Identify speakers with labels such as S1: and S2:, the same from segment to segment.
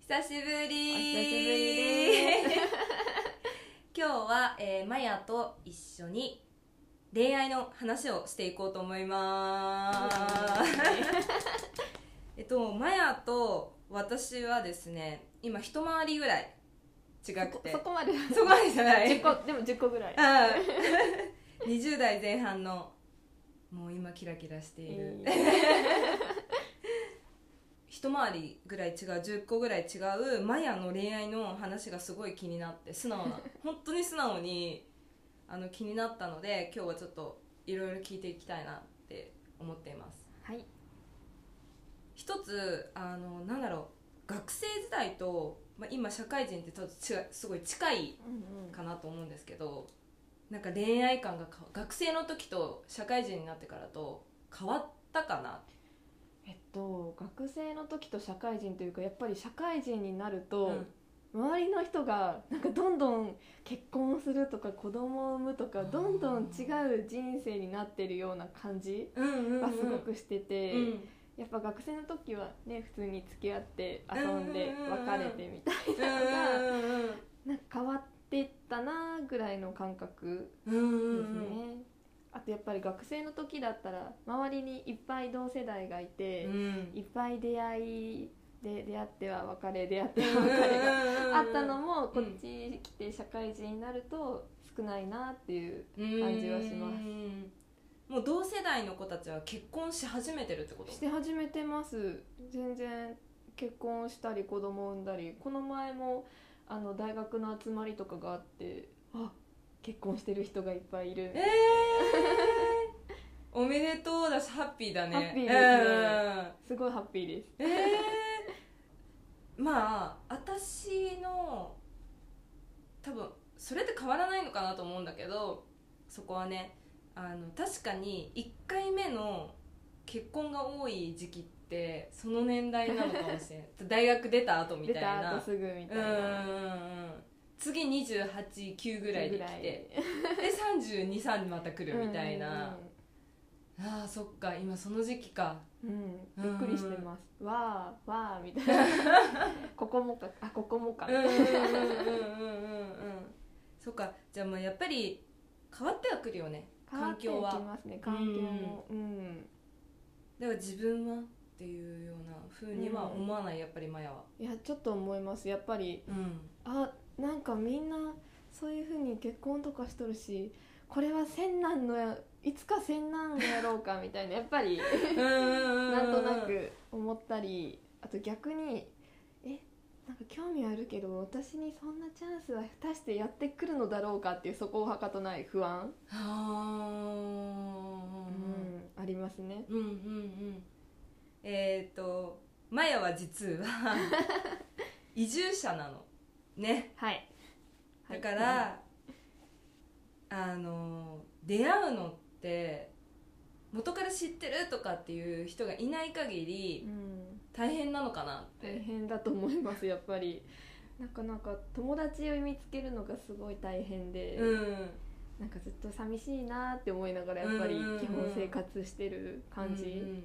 S1: 久しぶり
S2: お久しぶりで
S1: 今日は、えー、マヤと一緒に恋愛の話をしていこうと思います、えっとマヤと私はですね今一回りぐらい違くて
S2: そこそこまで
S1: そこまでじゃ ない
S2: 10個でも10個ぐらい
S1: うん20代前半のもう今キラキラしている、一回りぐらい違う10個ぐらい違うマヤの恋愛の話がすごい気になって素直な本当に素直にあの気になったので今日はちょっといろいろ聞いていきたいなって思っています
S2: はい
S1: 一つあのなんだろう学生時代と、まあ、今社会人ってちょっと違うすごい近いかなと思うんですけどなんか恋愛観が変わ学生の時と社会人になってからと変わったかな
S2: えっと学生の時と社会人というかやっぱり社会人になると、
S1: うん
S2: 周りの人がなんかどんどん結婚するとか子供を産むと
S1: あ
S2: か
S1: ー
S2: どんどん違う人生になってるような感じ
S1: うんうんうん
S2: がすごくしてて、
S1: うん
S2: やっぱ学生の時はね普通に付き合って遊んで
S1: うんうんうん
S2: 別れてみたい
S1: うん
S2: なんか変わってったなぐらいの感覚
S1: うんうんう
S2: ですね、
S1: ん
S2: あとやっぱり学生の時だったら周りにいっぱい同世代がいて
S1: う、ん
S2: いっぱい出会いで出会っては別れ出会っては別れがあったのもこっち来て社会人になると少ないなっていう
S1: 感
S2: じはします
S1: もう同世代の子たちは結婚し始めてるってこと
S2: して始めてます全然結婚したり子供産んだりこの前もあの大学の集まりとかがあってあ結婚してる人がいっぱいいる
S1: えーおめでとうだしハッピーだね
S2: ハッピーですね
S1: うん
S2: すごいハッピーです
S1: えー、まあ私の多分それって変わらないのかなと思うんだけどそこはねあの確かに1回目の結婚が多い時期ってその年代なのかもしれない 大学出た後みた
S2: 出
S1: い
S2: た
S1: な
S2: 後すぐみた
S1: うんうんうん
S2: いな
S1: うん次289ぐらいで来てで323また来るみたいな、ああそっか今その時期か
S2: うん、
S1: うん
S2: びっくりしてます、わーわーみたい なここもかあここもか、
S1: うんうんうんうんうんうんうんそっかじゃあもうやっぱり変わってはくるよね環境は
S2: 変わっていきますね環境もうん、
S1: だから自分はっていうようなふうには思わない、やっぱりマヤは、
S2: いやちょっと思いますやっぱり
S1: うん、
S2: あなんかみんなそういうふうに結婚とかしとるしこれは千なんのやいつか千なんやろうかみたいなやっぱり
S1: な
S2: なんとなく思ったりあと逆にえなんか興味はあるけど私にそんなチャンスは果たしてやってくるのだろうかっていうそこをはかとない不安、
S1: あー
S2: うん、ありますね
S1: うんうんうんえっ、ー、とマヤは実は移住者なのね
S2: はい。
S1: だから、あの出会うのって元から知ってるとかっていう人がいない限
S2: う
S1: り
S2: ん、
S1: 大変なのかなっ
S2: 大
S1: て、
S2: 変だと思います、やっぱり。なかなか友達を見つけるのがすごい大変で、
S1: うん、
S2: なんかずっと寂しいなって思いながらやっぱり
S1: うんうんうん
S2: 基本生活してる感
S1: う
S2: じ
S1: ん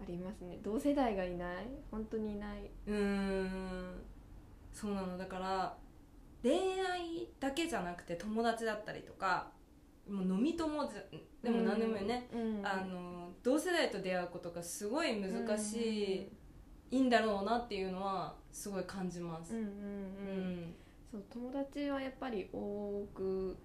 S2: ありますね、同世代がいない本当にいない、
S1: うん、うーんそうなのだから恋愛だけじゃなくて友達だったりとかもう飲み友じゃでも何でもいいね、
S2: うん、
S1: あの同世代と出会うことがすごい難しい、いいんだろうなっていうのはすごい感じます。
S2: うんうん
S1: う
S2: うんうん
S1: ん
S2: そう友達はやっぱり多く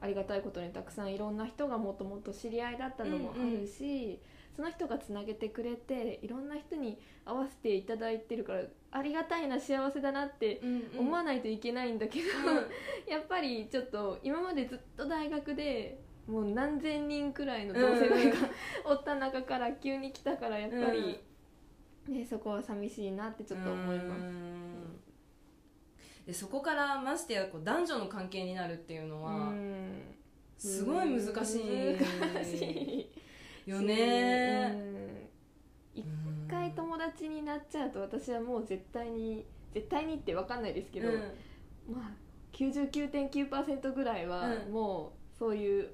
S2: ありがたいことにたくさんいろんな人がもともと知り合いだったのもあるし、その人がつなげてくれていろんな人に会わせていただいてるからありがたいな幸せだなって思わ
S1: な
S2: ないといけない んだけど、やっぱりちょっと今までずっと大学でもう何千人くらいの同世代がおった中から急に来たからやっぱり、ね、そこは寂しいなってちょっと思います。
S1: すでそこからましてやこう男女の関係になるっていうの
S2: う
S1: は
S2: ん
S1: すごい難しい
S2: 難しい
S1: よね
S2: うん
S1: 一
S2: 一回友達になっちゃうと私はもう絶対に絶対にって分かんないですけど、まあ99.9%ぐらいは
S1: うん
S2: もうそういう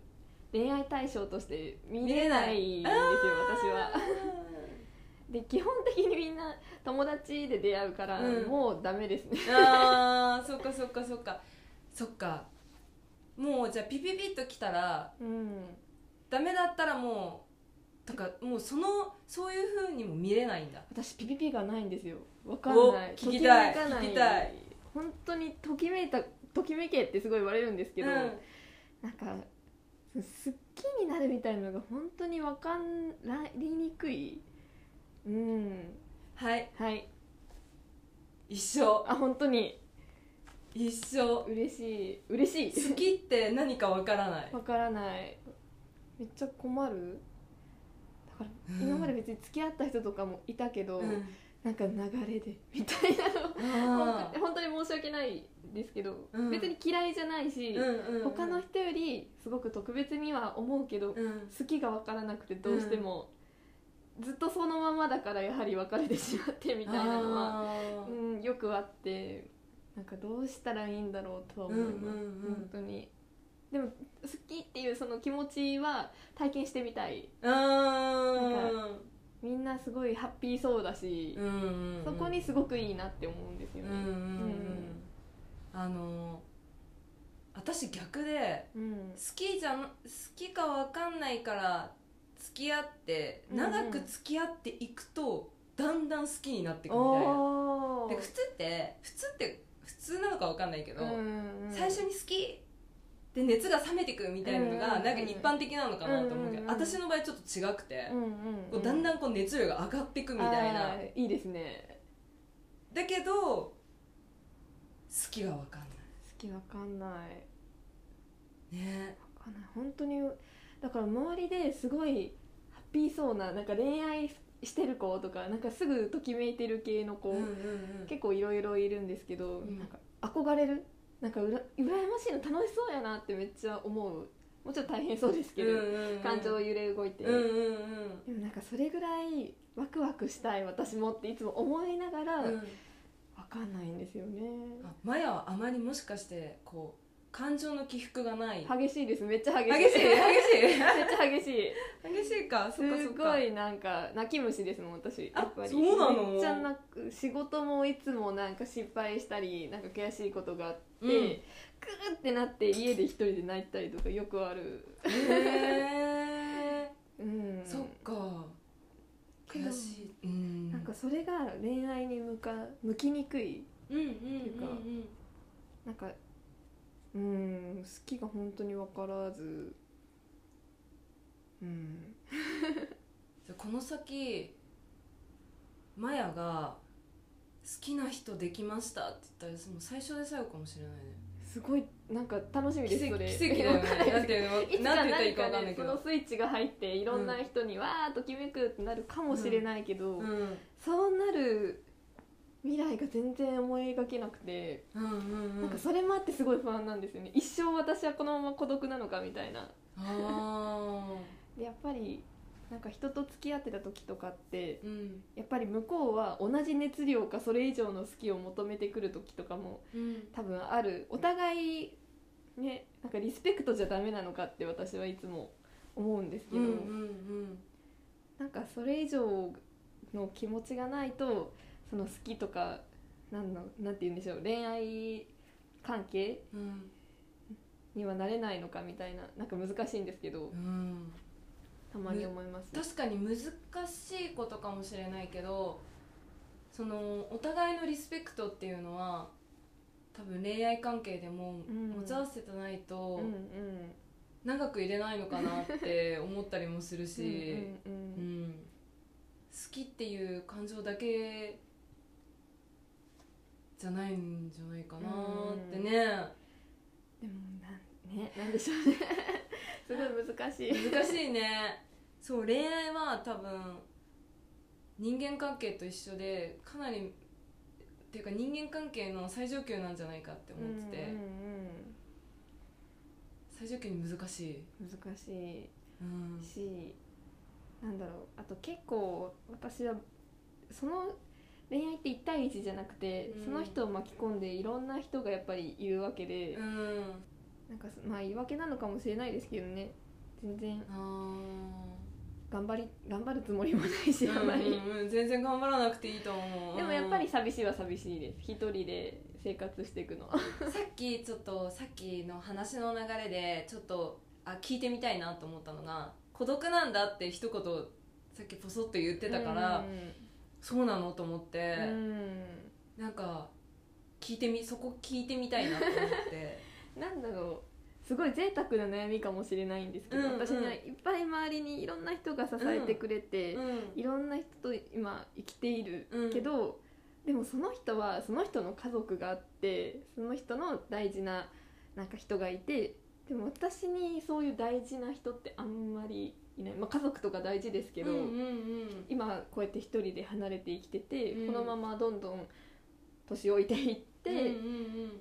S2: 恋愛対象として見
S1: 見
S2: れ
S1: れ
S2: な
S1: ない
S2: ん
S1: い
S2: ですよ私は。で基本的にみんな友達で出会うから、
S1: うん
S2: もうダメですね。
S1: あーそっかそっかそっかそっかもうじゃあピピピッときたら
S2: うん、
S1: ダメだったらもうとかもうそのそういうふうにも見れないんだ
S2: 私ピピピがないんですよ。わかんない。
S1: お聞きたい
S2: ときめかない
S1: 聞きたい
S2: 本当にときめいたときめけってすごい言われるんですけど、
S1: うん
S2: なんか好きになるみたいなのが本当に分かんらりにくいうん
S1: はい
S2: はい
S1: 一生
S2: あ本当に
S1: 一生
S2: 嬉しい嬉しい
S1: 好きって何かわからない
S2: 分からないめっちゃ困るだから
S1: うん
S2: 今まで別に付き合った人とかもいたけど、
S1: うん
S2: なんか流れでみたいなの
S1: あー
S2: 本当に申し訳ないですけど、
S1: うん
S2: 別に嫌いじゃないし、
S1: うんうん
S2: 他の人よりすごく特別には思うけど、
S1: うん
S2: 好きが分からなくてどうしても、ずっとそのままだからやはり別れてしまってみたいなのは、
S1: あー
S2: うん、よくあってなんかどうしたらいいんだろうとは思います、
S1: うんうんうん
S2: 本当にでも好きっていうその気持ちは体験してみたいう
S1: ーん
S2: みんなすごいハッピーそうだし、
S1: うんうんうん
S2: そこにすごくいいなって思うんですよ
S1: うん
S2: ね
S1: うんうん
S2: うん
S1: あの私逆で
S2: うん
S1: 好きじゃん好きかわかんないから付き合って長く付き合っていくとだんだん好きになっていくみたいな
S2: お
S1: で
S2: ー
S1: 普通って普通って普通なのかわかんないけど、
S2: うんうん
S1: 最初に好きで熱が冷めてくみたいなのが
S2: うん
S1: なんか一般的なのかなと思うけど、
S2: うん
S1: 私の場合ちょっと違くて、
S2: うんうん
S1: こうだんだんこう熱量が上がっていくみたいな
S2: あーいいですね
S1: だけど好きがわかん
S2: 好きわかんない
S1: ないね
S2: わかんない本当にだから周りですごいハッピーそうななんか恋愛してる子とかなんかすぐときめいてる系の子、
S1: うんうん
S2: 結構いろいろいるんですけど、
S1: うん
S2: なんか憧れるなんかうら羨ましいの楽しそうやなってめっちゃ思うもちろん大変そうですけど、
S1: うんうん
S2: 感情揺れ動いて、
S1: うんうん
S2: でもなんかそれぐらいワクワクしたい私もっていつも思いながら、
S1: うんう
S2: わ
S1: ん
S2: かんないんですよね
S1: あマヤはあまりもしかしてこう感情の起伏がない
S2: 激しいですめっちゃ激
S1: 激
S2: しい
S1: しい激しい
S2: めっちゃ激しい
S1: 激しいか
S2: す
S1: そっかそっ
S2: ご
S1: か
S2: いなんか泣き虫ですもん私
S1: あ
S2: やっぱり
S1: そうなの
S2: めっちゃ泣く仕事もいつもなんか失敗したりなんか悔しいことがあっ
S1: う
S2: て、
S1: ん
S2: グーってなって家で一人で泣いたりとかよくある
S1: へー
S2: うん
S1: そっか
S2: けど
S1: 悔しいうん
S2: なんかそれが恋愛に向か向きにくい
S1: うんうんうん
S2: いうか
S1: うん
S2: なんかうん好きが本当に分からずうん
S1: じゃあこの先マヤが好きな人できましたって言ったらもう最初で最後かもしれないね
S2: すごいなんか楽しみです
S1: 奇跡
S2: それ
S1: 奇跡だよ
S2: わか んない
S1: ねだって
S2: いつ
S1: なんて言
S2: か
S1: った らい
S2: 何
S1: いか分
S2: か
S1: かんな
S2: ね
S1: いけ
S2: その
S1: ど
S2: スイッチが入っていろんな人にわーっときめくってなるかもしれないけど、
S1: うんうん
S2: そうなる未来が全然思い描けなくて、
S1: うんう
S2: なん
S1: ん
S2: かそれもあってすごい不安なんですよね一生私はこのまま孤独なのかみたいな
S1: あ
S2: でやっぱりなんか人と付き合ってた時とかって
S1: ーうん
S2: やっぱり向こうは同じ熱量かそれ以上の好きを求めてくる時とかも
S1: うん
S2: 多分あるお互いねなんかリスペクトじゃダメなのかって私はいつも思うんですけ
S1: う
S2: ど、
S1: んうん
S2: なんかそれ以上の気持ちがないとその好きとかなんのなんて言うんでしょう恋愛関係
S1: うんうん
S2: にはなれないのかみたいななんか難しいんですけ
S1: う
S2: ど
S1: ん
S2: たまに思います、
S1: 確かに難しいことかもしれないけどそのお互いのリスペクトっていうのは多分恋愛関係でも
S2: うん
S1: 持ち合わせてない
S2: うん
S1: と
S2: うん
S1: 長くいれないのかな って思ったりもするし、
S2: うんうん
S1: う
S2: うん
S1: ん、好きっていう感情だけじゃないんじゃないかなってね、
S2: でもなんねなんでしょうね すごい難しい
S1: 難しいねそう恋愛は多分人間関係と一緒でかなりっていうか人間関係の最上級なんじゃないかって思ってて、
S2: うん
S1: 最上級に難しい、
S2: うんうん難し
S1: うん
S2: いしなんだろうあと結構私はその恋愛って1対1じゃなくて、
S1: うん
S2: その人を巻き込んでいろんな人がやっぱりいるわけで、
S1: うん、
S2: なんかそまあ言い訳なのかもしれないですけどね全然
S1: あ
S2: 頑張り頑張るつもりもないし
S1: ー
S2: あまり、
S1: うんうん、全然頑張らなくていいと思う
S2: でもやっぱり寂しいは寂しいです一人で生活してい くの
S1: さっきちょっとさっきの話の流れでちょっとあ聞いてみたいなと思ったのが孤独なんだって一言さっきポソッと言ってたから、そうなのと思っ
S2: う
S1: て、
S2: ん、うん
S1: なんか聞いてみそこ聞いてみたいなと思 って、
S2: なんだろうすごい贅沢な悩みかもしれないんですけど、
S1: うんうん
S2: 私にはいっぱい周りにいろんな人が支えてくれて、いろんな人と今生きている
S1: うん
S2: けど、でもその人はその人の家族があってその人の大事ななんか人がいてでも私にそういう大事な人ってあんまりいない、まあ、家族とか大事ですけど、
S1: うんうんうん
S2: 今こうやって一人で離れて生きてて、
S1: うん
S2: このままどんどん年老いていって、
S1: うんうん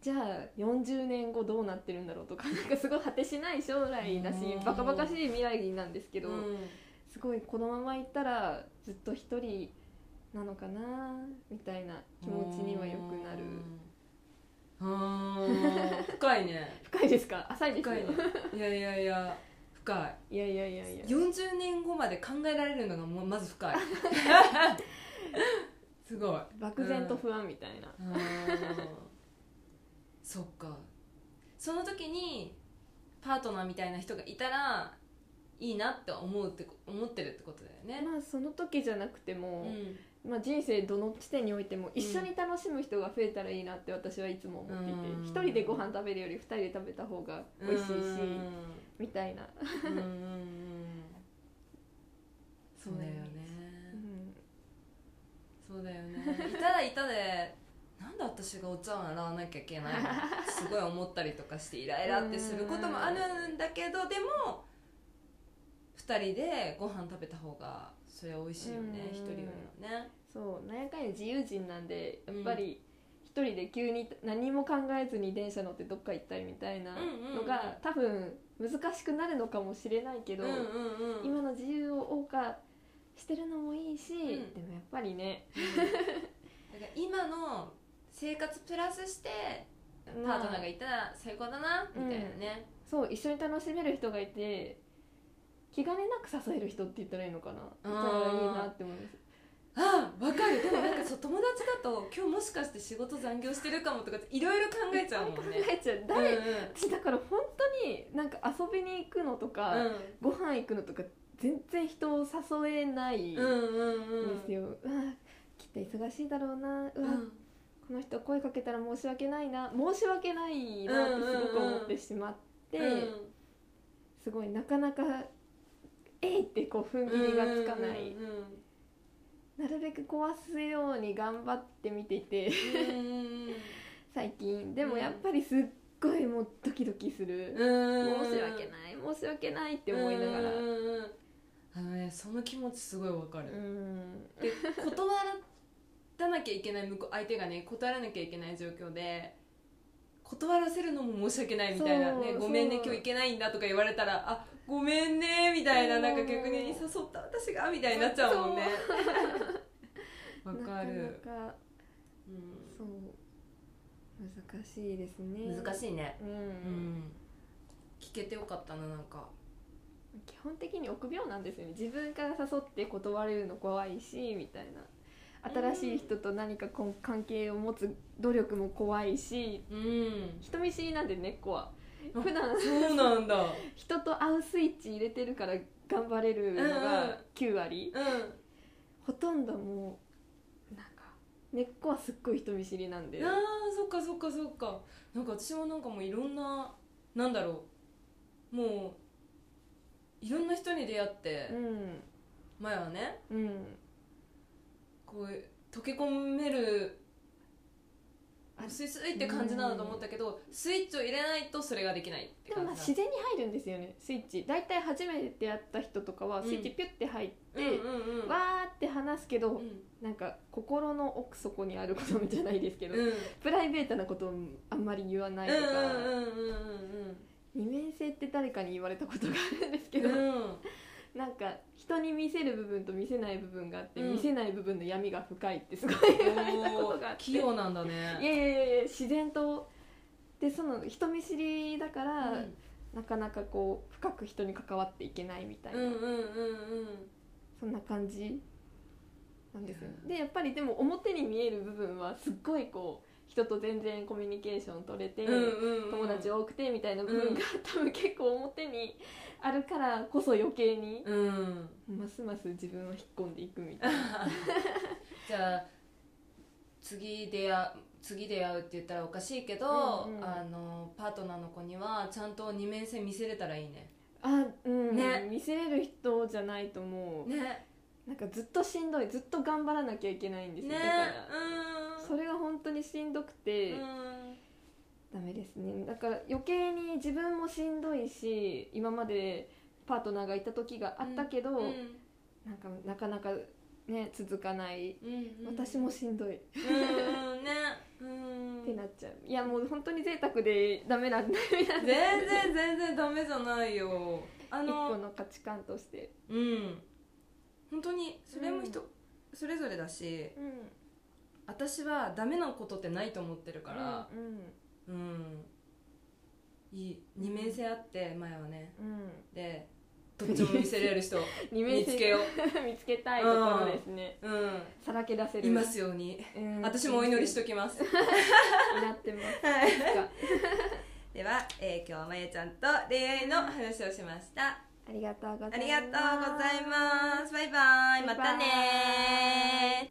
S2: じゃあ40年後どうなってるんだろうとかなんかすごい果てしない将来だし
S1: うん
S2: バカバカしい未来なんですけど、
S1: うん
S2: すごいこのままいったらずっと一人なのかなみたいな気持ちにはよくなる
S1: うんうん深いね
S2: 深いですか浅いです
S1: 深
S2: よ
S1: いねいやいやいや深い
S2: いやいやいやいや
S1: 40年後まで考えられるのがもうまず 深いすごい
S2: 漠然と不安みたいな、
S1: あーそっかその時にパートナーみたいな人がいたらいいなって思うってこ思ってるってことだよね、
S2: まあその時じゃなくて
S1: う
S2: も、
S1: ん
S2: まあ、人生どの地点においても一緒に楽しむ人が増えたらいいなって私はいつも思っていて
S1: うん
S2: 一、人でご飯食べるより二人で食べた方が美味しいしみたいな、
S1: うんうんうんうん そうだよね
S2: うん
S1: そうだよねいたらいたでなんで私がお茶を洗わなきゃいけない のすごい思ったりとかしてイライラってすることもあるんだけどでも2人でご飯食べた方がそれは美味しいよね
S2: うん
S1: 一人よりはね
S2: そうなんやかんや自由人なんでやっぱり一人で急に何も考えずに電車乗ってどっか行ったりみたいなのが、
S1: うんうんうん
S2: 多分難しくなるのかもしれないけ
S1: う
S2: ど、
S1: んうんうん
S2: 今の自由を謳歌してるのもいいし、
S1: ん
S2: でもやっぱりね
S1: だから今の生活プラスしてパートナーがいたら最高だなみたいなね、
S2: そう一緒に楽しめる人がいて気兼ねなく誘える人って言ったらいいのかな
S1: あー
S2: いたらいいなって思います
S1: あわかるでもなんかそう友達だと今日もしかして仕事残業してるかもとかっていろいろ考えちゃうもんね
S2: 考えちゃう
S1: うん
S2: 誰、私だから本当になんか遊びに行くのとか、
S1: うん
S2: ご飯行くのとか全然人を誘えない
S1: うん
S2: んで
S1: うんうんうん
S2: すよ、うわきっと忙しいだろうなうわ、この人声かけたら申し訳ないな申し訳ないなってすごく思ってしまって、
S1: うん
S2: すごいなかなか「えい!」ってこう踏ん切りがつかない、
S1: うん
S2: なるべく壊すように頑張って見ていて 最近でもやっぱりすっごいもうドキドキする、
S1: うんうん
S2: 申し訳
S1: っ
S2: ない申し訳ないって思いながらうん
S1: あのねその気持ちすごいわかる、で断らなきゃいけない向こう相手がね断らなきゃいけない状況で断らせるのも申し訳ないみたいな
S2: そう
S1: ね
S2: そう
S1: ごめんね今日行けないんだとか言われたらあごめんねみたいな
S2: そう
S1: なんか逆に誘った私がみたいになっちゃうもんねわ
S2: な
S1: か
S2: かな
S1: る
S2: か
S1: うん
S2: そう難しいですね
S1: 難
S2: い、
S1: しいね
S2: うん
S1: うん聞けてよかったななんか
S2: 基本的に臆病なんですよね自分から誘って断れるの怖いしみたいな新しい人と何かこん関係を持つ努力も怖いし
S1: うん
S2: 人見知りなんで根っこは
S1: あ
S2: 普 段
S1: そうなんだ
S2: 人と会うスイッチ入れてるから頑張れるの
S1: うんうん
S2: が9割、
S1: う
S2: ほとんどもうなんか根っこはすっごい人見知りなんで
S1: んあーそっかそっかそっかなんか私もなんかもういろんななんだろうもういろんな人に出会って、
S2: うん
S1: 前はね
S2: うん
S1: こう溶け込めるもうスイスイって感じなんだと思ったけど、スイッチを入れないとそれができないって
S2: でも
S1: 感
S2: まあ
S1: じ
S2: 自然に入るんですよねスイッチ大体初めて出会った人とかはスイッチピュッて入って、
S1: なんだうんうんうん
S2: わーって話すけど、
S1: うん
S2: なんか心の奥底にあることじゃないですけど、
S1: うん
S2: プライベートなことをあんまり言わないと
S1: う
S2: か、
S1: んうん
S2: 二面性って誰かに言われたことがあるんですけ
S1: うんう
S2: ど、
S1: んうん
S2: なんか人に見せる部分と見せない部分があって、
S1: うん
S2: 見せない部分の闇が深いってすごい言われたこ
S1: お
S2: とがあ
S1: ー
S2: って
S1: 器用なんだ
S2: いや
S1: ね
S2: いやいや自然とでその人見知りだから、なかなかこう深く人に関わっていけないみたいな、
S1: うんうんうん
S2: そんな感じなんですよね
S1: いや
S2: でやっぱりでも表に見える部分はすっごいこう人と全然コミュニケーション取れて、
S1: うんうんうんうん
S2: 友達
S1: を
S2: 多くてみたいな部分が、 多分結構表にあるからこそ余計に、
S1: うん
S2: ますます自分を引っ込んでいくみたいな
S1: じゃあ次出会う次出会うって言ったらおかしいけど、
S2: うんうん
S1: あのパートナーの子にはちゃんと二面性見せれたらいいね
S2: あうん、
S1: ね
S2: 見せれる人じゃないともう、
S1: ね
S2: なんかずっとしんどいずっと頑張らなきゃいけないんですよ、
S1: ね
S2: だから、
S1: うん
S2: それが本当にしんどくて、
S1: うん
S2: ダメですねだから余計に自分もしんどいし今までパートナーがいた時があったけど、
S1: うん
S2: なんかなかなかね続かない、
S1: うんうん
S2: 私もしんどい、っ
S1: うんうんねうん
S2: てなっちゃういやもう本当に贅沢でダメなんだみたい
S1: 全
S2: な
S1: 然全然ダメじゃないよ あ
S2: 一個
S1: の
S2: の価値観として
S1: うん本当にそれも人、
S2: う
S1: それぞれだし
S2: うん
S1: 私はダメなことってないと思ってるから
S2: う
S1: うん、いい二面性あって前はね
S2: んうん、うん、
S1: でどっちも見せれる人
S2: 二面
S1: 見
S2: 性
S1: つけよ
S2: 見つけたいところですね
S1: う、うん、
S2: さらけ出せる
S1: いますように
S2: うん
S1: 私もお祈りしときます
S2: なってます
S1: はい
S2: が
S1: では、えー今日はまゆちゃんと恋愛の話をしました
S2: ありがとうございます
S1: ありがとうございます。バイバイ。
S2: バイバイ
S1: またね